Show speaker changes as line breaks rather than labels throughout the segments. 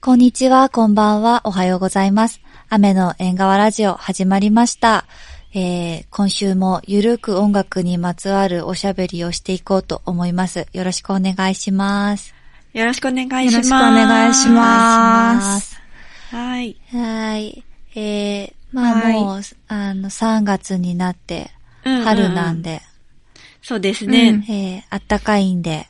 こんにちは、こんばんは、おはようございます。雨の縁側ラジオ始まりました。えー、今週もゆるく音楽にまつわるおしゃべりをしていこうと思います。よろしくお願いします。
よろしくお願いします。
よろしくお願いし
お願
ま
いします。
す。はい。
はい。えー、まあ
はい
もう、あの、3月になって、
うんうんうん
春なん。で、
そうですね。
うん
えー、あったかいんで、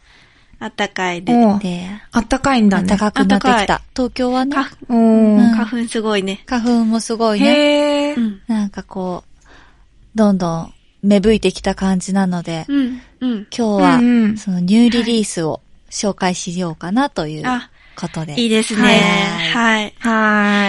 あったかいで。
おう
で、
あったかいんだ
あっ
ね
た。かくなって
あ
き
った
た。東京はね、
花
おー
うん
花粉すごいね。
花粉もすごいね。
へえ
う。ん。
なんかこう、どんどん芽吹いてきた感じなので、
うん。うん。
今日は、
うんうん
そのニューリリースを紹介しようかなという
あ
ことで。
いいですね。
は
はい。
は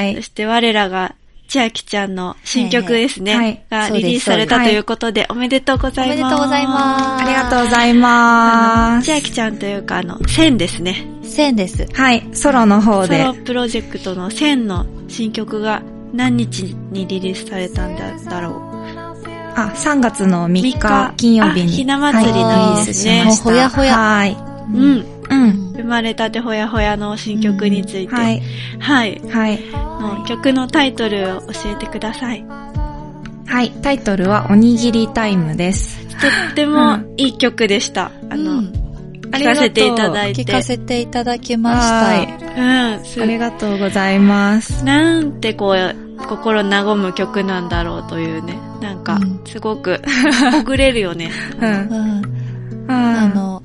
ー
そ
い。
して我らが、千秋ちゃんの新曲ですね。
はい
が
そうです
リリースされた
そう
と
です
いうことで、おめでとうござ
お
い
め
ます。
でとうございます。
ありがとうございま
千秋ちゃんというか、あの、千ですね。
す。千です。
す。はい、ソロの方
ソ
で
ロ。プロジェクトの千の新曲が何日にリリースされたんだだろう。
あ、3月の3
三日
日、金曜日
あ
に。
ひな祭
りの
はい
日
リリ
で
ース
す
し
ね
ました。
もうほやほや
はい。
うん。
う。
うんん
生まれたてほやほやの新曲について。
はい。
はい。
はい。
の曲のタイトルを教えてください。
はい。タイトルは、おにぎりタイムです。
とっても
うん
いい曲でした。あの、
うん
聞かせていただいて。
聞かせていただきまし
は
うん、す
い。ありがとうございます。
なんてこう、心和む曲なんだろうというね。なんか
うん、
すごく、ほぐれるよね。
うん。
た。うん。
うん
あ、の、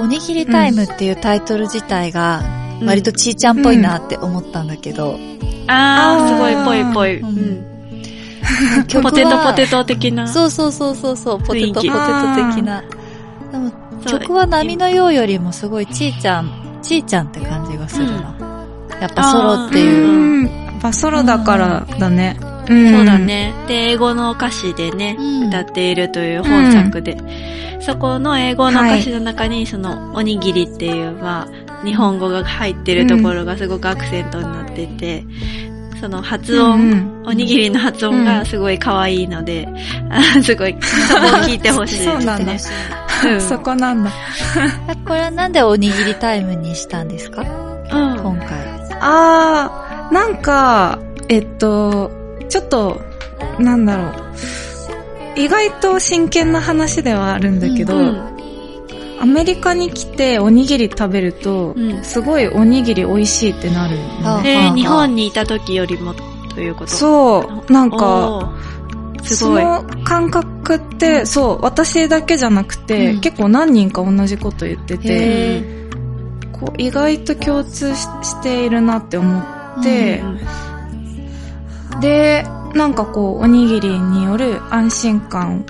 おにぎりタイムっていうタイトル自体が、
うん
割とちーちゃんっぽいなって思ったんだけど、
あー、
あー
すごいぽいぽい。
う
うんん。
曲は
ポテトポテト的な。
そうそうそうそうそう、ポテ
雰囲
トポテ
気
ト的な。でも
そう
曲は波のようよりもすごいちーちゃん、ちーちゃんって感じがするな。やっぱソロって
う
いう。
ん。やっぱソロだからだね。うん。
そうだ。ね。で、英語の歌詞でね、
うん
歌っているという本作で、そこの英語の歌詞の中に、その、おにぎりっていう、まあ、日本語が入ってるところがすごくアクセントになってて、その発音、
うん
おにぎりの発音がすごい可愛いので、あすご い、聞いてほしいですね。
そうなんだ。
うん
そこなんだ。
えこれはなんでおにぎりタイムにしたんですか
うん。
今回。
あー、なんか、えっと、ちょっと、なんだろう。意外と真剣な話ではあるんだけど、
うん。
アメリカに来ておにぎり食べると、
うん
すごいおにぎり美味しいってなるよね、
あ
え
あ
ー、日本にいた時よりも、ということ。
そう、なんか、
おー、すごい。
その感覚って、そう、私だけじゃなくて、
うん
結構何人か同じこと言って
へ
て、
ー
こう意外と共通ししているなって思っ
う
て、
ん
で、なんかこう、おにぎりによる安心感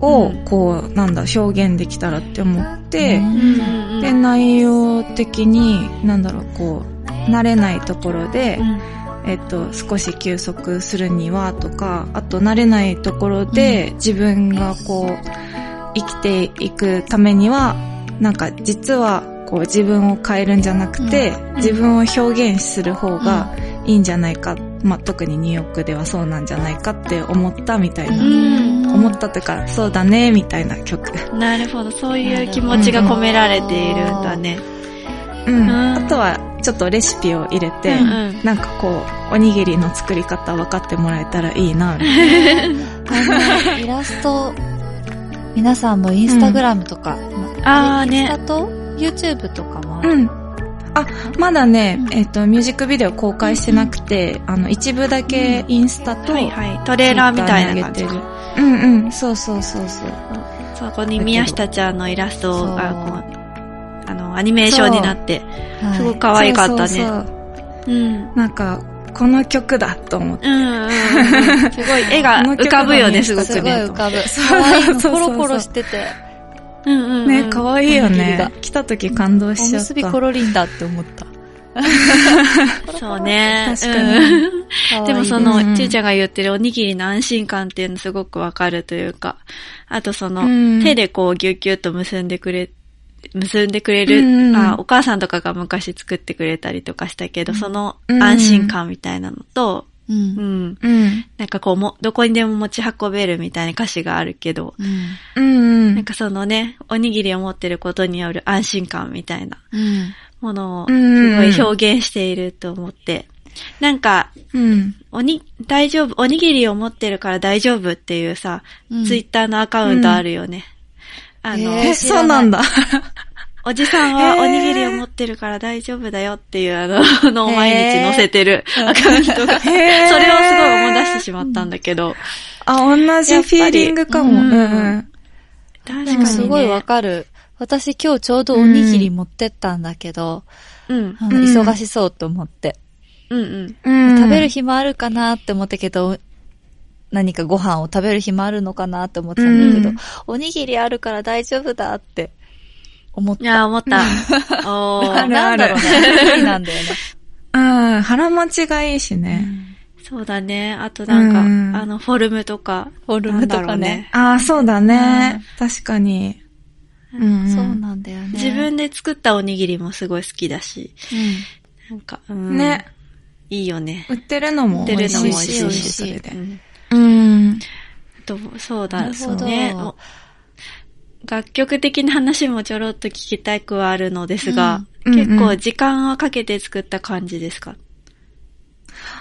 を、
うん
こう、なんだ、表現できたらって思って
う、
うんんうん
で、内容的に、なんだろう、こう、慣れないところで
う、ん
えっと、少し休息するにはとか、あと慣れないところで、自分がこう、生きていくためには、なんか実は、こう自分を変えるんじゃなくて、
ん
自分を表現する方がいいんじゃないか、まあ、特にニューヨークではそうなんじゃないかって思ったみたいな、
ん
思ったというか、そうだね、みたいな曲。
なるほど、そういう気持ちが込められているんだね。
うん。
ん
あとは、ちょっとレシピを入れて、
うんうん
なんかこう、おにぎりの作り方分かってもらえたらいいな、みたいな。
あのイラスト、皆さんもインスタグラムとか、
ああ
インス
ね
タ、と YouTube とかもある。
うん。あ、まだね、
うん
えっ、と、ミュージックビデオ公開してなくて、あの、一部だけインスタと、
はいはい、トレーラーみたいな感じ
ツイッ。ターに上げてる。うんうん、そうそうそうそう。
そこに宮下ちゃんのイラストが、
そう
こう、あの、アニメーションになって、
はい
すごく可愛かった
そうそ
ね。
うそう
うん。
なんか、この曲だと思って。
うんうんうん。すごい、絵が浮かぶ よね、すご
す
く
ごい
ね
浮。かぶ。
そう
可愛いの
そう
コ
そうそう
ロコロしてて、
うんうんうん。
ね、可愛いよ
おにぎりが
ね。来た時感動
お
しちゃ
む
っ
すび
た。
コロリンだって思った。
そうね。
確かに
うん
可愛い
でもそ
うんう
の、
ん
ちゅうちゃんが言ってるおにぎりの安心感っていうのすごくわかるというか、あとその、
うん
手でこうぎゅうぎゅうと結んでくれ、結んでくれ
うんう
る、
ん
あお母さんとかが昔作ってくれたりとかしたけど、その安心感みたいなのと、
う。
うんん。
うん。
なんかこうも、どこにでも持ち運べるみたいな歌詞があるけど、
うん。
うんう
なん
ん。
かそのね、おにぎりを持ってることによる安心感みたいな
うん。
ものを
う
す
ん。
ごい表現していると思って。なんか、
うん。
おに、大丈夫、おにぎりを持ってるから大丈夫っていうさ、
うん
ツイッターのアカウントあるよね。あ
え
の、
ー
え、そうなんだ。
おじさんは
えー
おにぎりを持ってるから大丈夫だよっていうあの、 あの毎日載せてるアカ ウントが、そ
へー
れをすごい思い出してしまったんだけど、
あ、同じフィーリングかも。
や
う
っ
ん
ぱり
うん。
で
確かに、
も
ね。
すごいわかる。私今日ちょうどおにぎり持ってったんだけど、
うん、
あの
うん
忙しそうと思って。
うん、うん。
うん
食べる暇あるかなって思ったけど、何かご飯を食べる暇あるのかなって思ってたんだけど、
うん
おにぎりあるから大丈夫だって思っ
い
た。
やー、思った。お
な
ー
る
なん だろうね。好きなんだよね。
うん、腹持ちがいいしね。
そうだね。あとなんか、
うん
あの、フォルムとか。
フォルムとかね
なんだろう。
ああ、そうだね。確かに。うんん
そうなんだよね。
自分で作ったおにぎりもすごい好きだし。なんか、うん。
ね。。
いいよね。
売ってるのも
出る
美味
のも美
しい
味
し、
しい
それ
し。
で
う。ん
うん。
あと、そう
な
だ、
る
そ
ほ
う
ど
ね。お楽曲的な話もちょろっと聞きたくはあるのですが、
うん
結
うんう
構
ん
時間をかけて作った感じですか、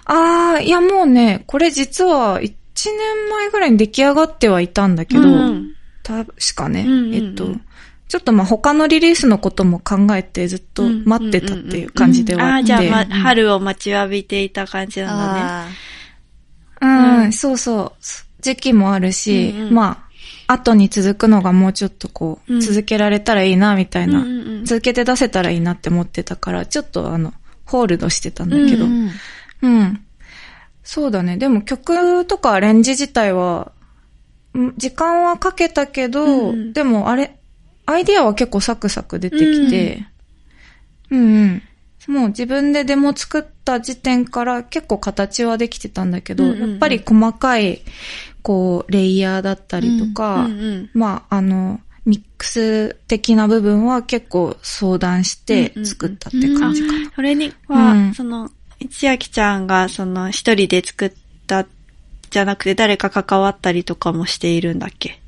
ああ、いやもうね、これ実は1年前ぐらいに出来上がってはいたんだけど、
うん
確かね、
うんうんうん
えっと、ちょっとまあ他のリリースのことも考えてずっと待ってたっていう感じでは
あ
あ
あ、
っ
じゃあ、
て。
ま、春を待ちわびていた感じなんだね。
あ
うん、
うん
そうそう。時期もあるし、
うんうん
まあ、後に続くのがもうちょっとこう、
うん
続けられたらいいな、みたいな、
うんうんうん
続けて出せたらいいなって思ってたから、ちょっとあの、ホールドしてたんだけ
ー
ど。
う
うん。
うん
そうだね。でも曲とかアレンジ自体は、ん時間はかけたけど、
うんうん
でもあれ、アイディアは結構サクサク出てきて、うん、うん、もう自分でデモ作った時点から結構形はできてたんだけど、
うんうんうん
やっぱり細かい、こう、レイヤーだったりと
う
か、
んうん。
まあ、あの、ミックス的な部分は結構相談して作ったって感じかな。
それには、
うん
その、千秋ちゃんが、その、一人で作った、じゃなくて、誰か関わったりとかもしているんだっけ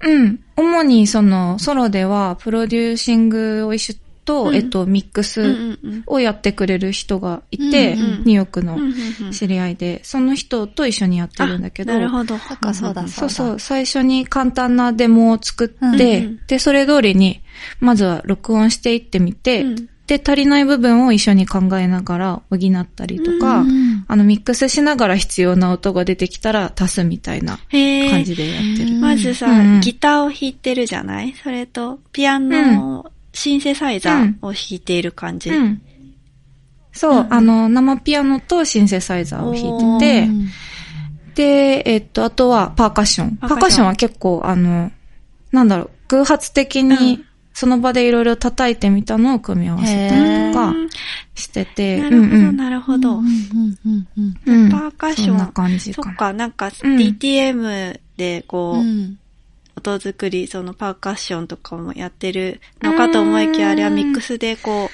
うん。主にそのソロではプロデューシングを一緒と、
うん
えっと、ミック
うん
ス
うん
をやってくれる人がいて、
うん
うん
ニューヨーク
う
の
ん。
知り合いで、その人と一緒にやってるんだけど、
あなるほど。
そっか、そうだ、
そう
だ
そう、最初に簡単なデモを作って、
うん
うん
で、それ通りに、まずは録音していってみて、
うん
で、足りない部分を一緒に考えながら補ったりとか、
うん
あの、ミックスしながら必要な音が出てきたら足すみたいな
へえ。
感じでやってる。
うん
まずさ、
うんうん
ギターを弾いてるじゃないそれと、ピアノ、シンセサイザーを弾いている感じ。
うん。そう、あの、生ピアノとシンセサイザーを弾いて
うん
て、で、えっと、あとはパーカッション。
パ
パ
ー
ー
カッション
カッションは結構、あの、なんだろう、偶発的
う
に
ん、
その場でいろいろ叩いてみたのを組み合わせたりと
う
か
ん
してて、
な
う
るほど、
ん
なるほど。
うんうんうんうん
うん。うん
パーカッション
そんな感じ
そ
か
っ
な。
か、なんか、
うん
DTM で、こう、
うん
音作り、そのパーカッションとかもやってるのかと思いきや、
うん
あれはミックスでこ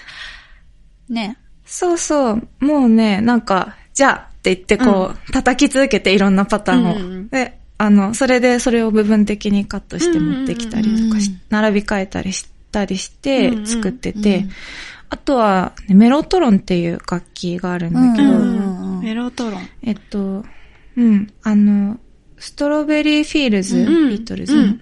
ね。
そうそう、もうね、なんか、じゃあって言ってこう、叩き続けていろんなパターンを。
うんうん
で、あの、それでそれを部分的にカットして持ってきたりとかし、
うんうんうん
並び替えたりしたりして
うんうん
作ってて、
うん
あとはね、メロトロンっていう楽器があるんだ
う、
け
う
ど、
うん
んメロトロン。
えっと、うん、あの、ストロベリーフィールズ、
うん
ビートルズの、
うん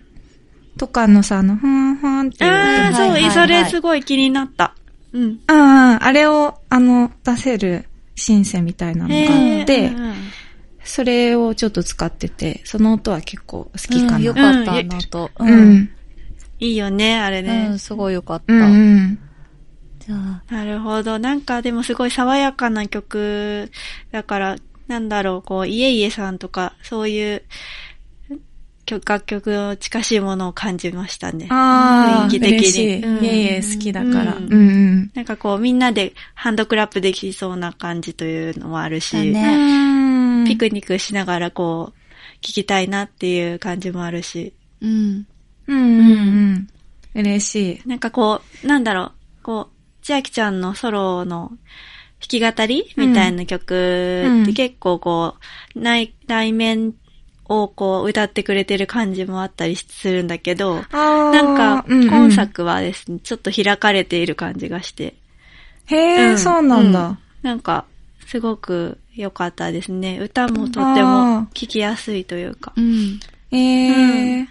と
とかのさ、あの、ふんふんっていう
あ
音
あ、
はい
そ、
はいうはい
それすごい気になった。うん。
ああ、あれを、あの、出せるシンセみたいなの
へ
があ
え
って、
うんうん
それをちょっと使ってて、その音は結構好きかな。う
うん
ん、
よかった、あのと。
う。ん。
いいよね、あれ
う
ね
ん、。すごいよかった。
うん、うん。
じゃあ、
なるほど。なんかでもすごい爽やかな曲だから、なんだろう、こう、いえいえさんとか、そういう曲、楽曲の近しいものを感じましたね。
あ
雰
あ、
囲気的に
嬉しい。
うん
いえいえ、好きだから。
う
うんん、うん。
なんかこう、みんなでハンドクラップできそうな感じというのもあるし、
だね
うん
ピクニックしながらこう、聞きたいなっていう感じもあるし、
うん。
うん、うん、うん。嬉しい。
なんかこう、なんだろう、こう、千秋ちゃんのソロの弾き語りみたいな曲
うん
って結構こう、内、内面をこう歌ってくれてる感じもあったりするんだけど、
あー
なんか
うんうん
今作はですね、ちょっと開かれている感じがして、
へえ、
うん
そうなん
う
だ。
なんかすごく良かったですね。歌もとっても聴きやすいというか
う。ん。
え
う
え。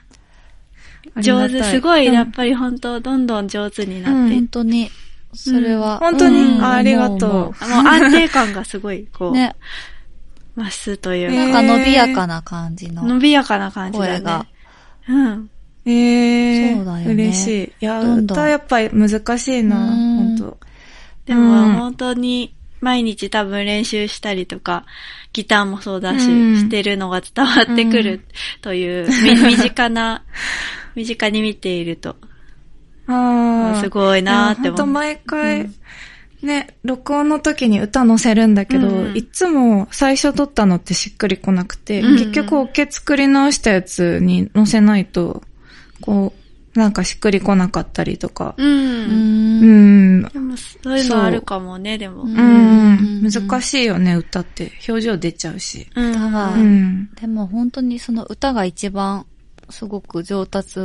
あり
上
がた
手、すごい、
うん
やっぱり本当、どんどん上手になっていっ
本当に、それは。
本当に
うん
あありがとう
思
もう安定感がすごい、こ
う
う、
ね。
増すという
なん
か、
か伸びやかな感じの。
伸びやかな感じだね。
声が
うん。
ええ。
そうだよね
嬉しい。いや、
どんどん
歌やっぱり難しいな、
うん
本当
で
うん
も、本当に、毎日多分練習したりとか、ギターもそうだし、
うん
してるのが伝わってく
うん
るという、み 身近な、身近に見ていると、
ああ。
すごいなーって
本当
思う。
毎回、ね、録音の時に歌載せるんだけど、
うんうん
いつも最初撮ったのってしっくりこなくて、
うんうん
結局オケ作り直したやつに載せないと、こう、なんかしっくりこなかったりとか。
うん。
う
うん。
ん。うん
でも、そういうのあるかもね、でも。
う
うんん。
うん
うん
難しいよね、歌って。表情出ちゃうし。
だわ
う
うん
ん。
でも本当にその歌が一番すごく上達、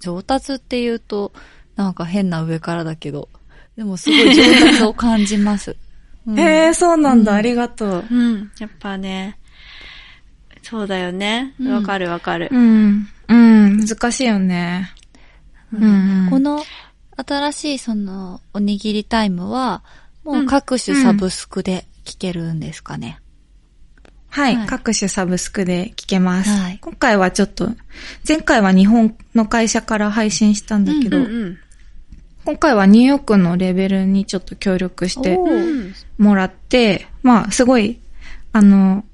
上達って言うとなんか変な上からだけど、でもすごい上達を感じます。うん
へえ、そうなんだ、
うん
ありがとう。
うん。やっぱね、そうだよね。
うん
わかるわかる。
うん。うん、難しいよね。うん。
この新しいそのおにぎりタイムはもう各種サブスクで聞けるんですかね。
はい、
はい
各種サブスクで聞けます、
はい
今回はちょっと、前回は日本の会社から配信したんだけ
う
ど、
んうん。
今回はニューヨークのレベルにちょっと協力して
おー
うん
もらって、まあ、すごい、あの、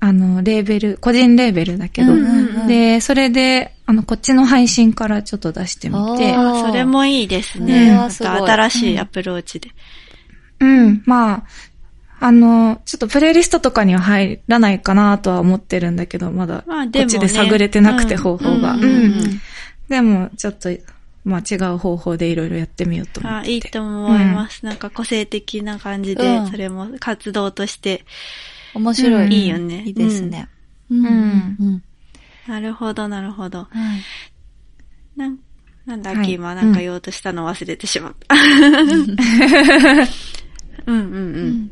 あの、レーベル、個人レーベルだけど、
うんうん
で、それで、あの、こっちの配信からちょっと出してみて、
あー
それもいいです
そ
ね。
れ
ま
はすごい
た新しいアプローチで。
うん、まあ、あの、ちょっとプレイリストとかには入らないかなとは思ってるんだけど、まだ、
まあで
こ
も、ね。
っちで探れてなくて
うん
方法が。
う
うんん
うんうん
でも、ちょっと、まあ違う方法でいろいろやってみようと思っ
あ
てて。
いいと思います、なんか個性的な感じで、
うん
それも活動として。
面白い。
うんいい
よね
いいですね。う
うん
うん。
なるほど、なるほど。
はい
なんなんだっけ、
はい
今、なんか言おうとしたの忘れてしまった。うんうんうん。
うん
うん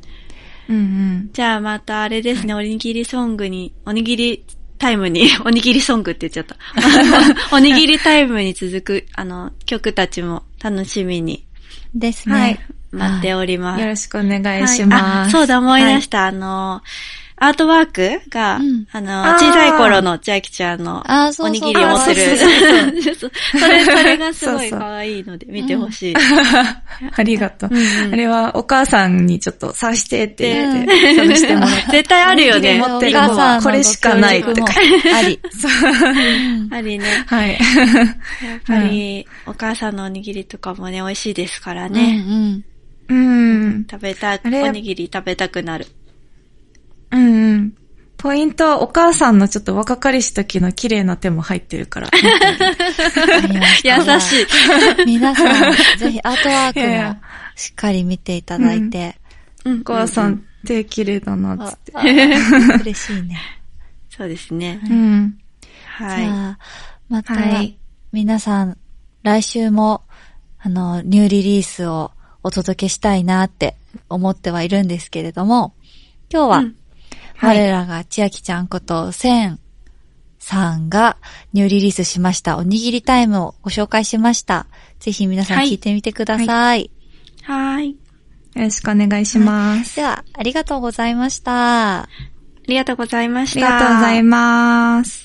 うん。
じゃあまたあれですね、おにぎりソングに、おにぎりタイムに、 おにぎりソングって言っちゃった。 おにぎりタイムに続く、あの、曲たちも楽しみに
ですね。
はい
待っております。
よろしくお願
はい
いしま
あ
す。
そうだ、思い出した。あの、アートワークが、
うん
あの、
あー
小さい頃の千秋ちゃんの
あーそうそう
おにぎりを持って
あー
る。そうそ れ、それがすごい
そうそう
可愛いので見てほしい。
はいありがとう。
うんうん
あれはお母さんにちょっと刺してって言っ
う
て、刺してもらっ
絶対あるよね。
おに
持
ぎ
っ
り
て
一
る
個は
お母さんのご協力もこれしかないって
あり。
ありね。
た。はい。
やっぱり、お母さんのおにぎりとかもね、美味しいですからね。
ね。
うん。
食べた、
あれ
おにぎり食べたくなる。
うんうん。ポイントはお母さんのちょっと若かりし時の綺麗な手も入って るから。
優しい。
い。皆さん、ぜひアートワー
いやい
ク
や
もしっかり見ていただいて。
うん
お母さん手綺麗だな、つ
あ
って。
あ 嬉し いね。
そうですね。
うん。
じ
は
ゃあ、また
はい、
皆さん、来週も、あの、ニューリリースをお届けしたいなって思ってはいるんですけれども、今日は、
うん
はい
我らが千秋ちゃんこと、千さんがニューリリースしましたおにぎりタイムをご紹介しました。ぜひ皆さん
はい
聞いてみてください。
い。はい。
よろしくお願いします。
では、ありがとうございました。
ありがとうございまし
あり
た。
がとうございます。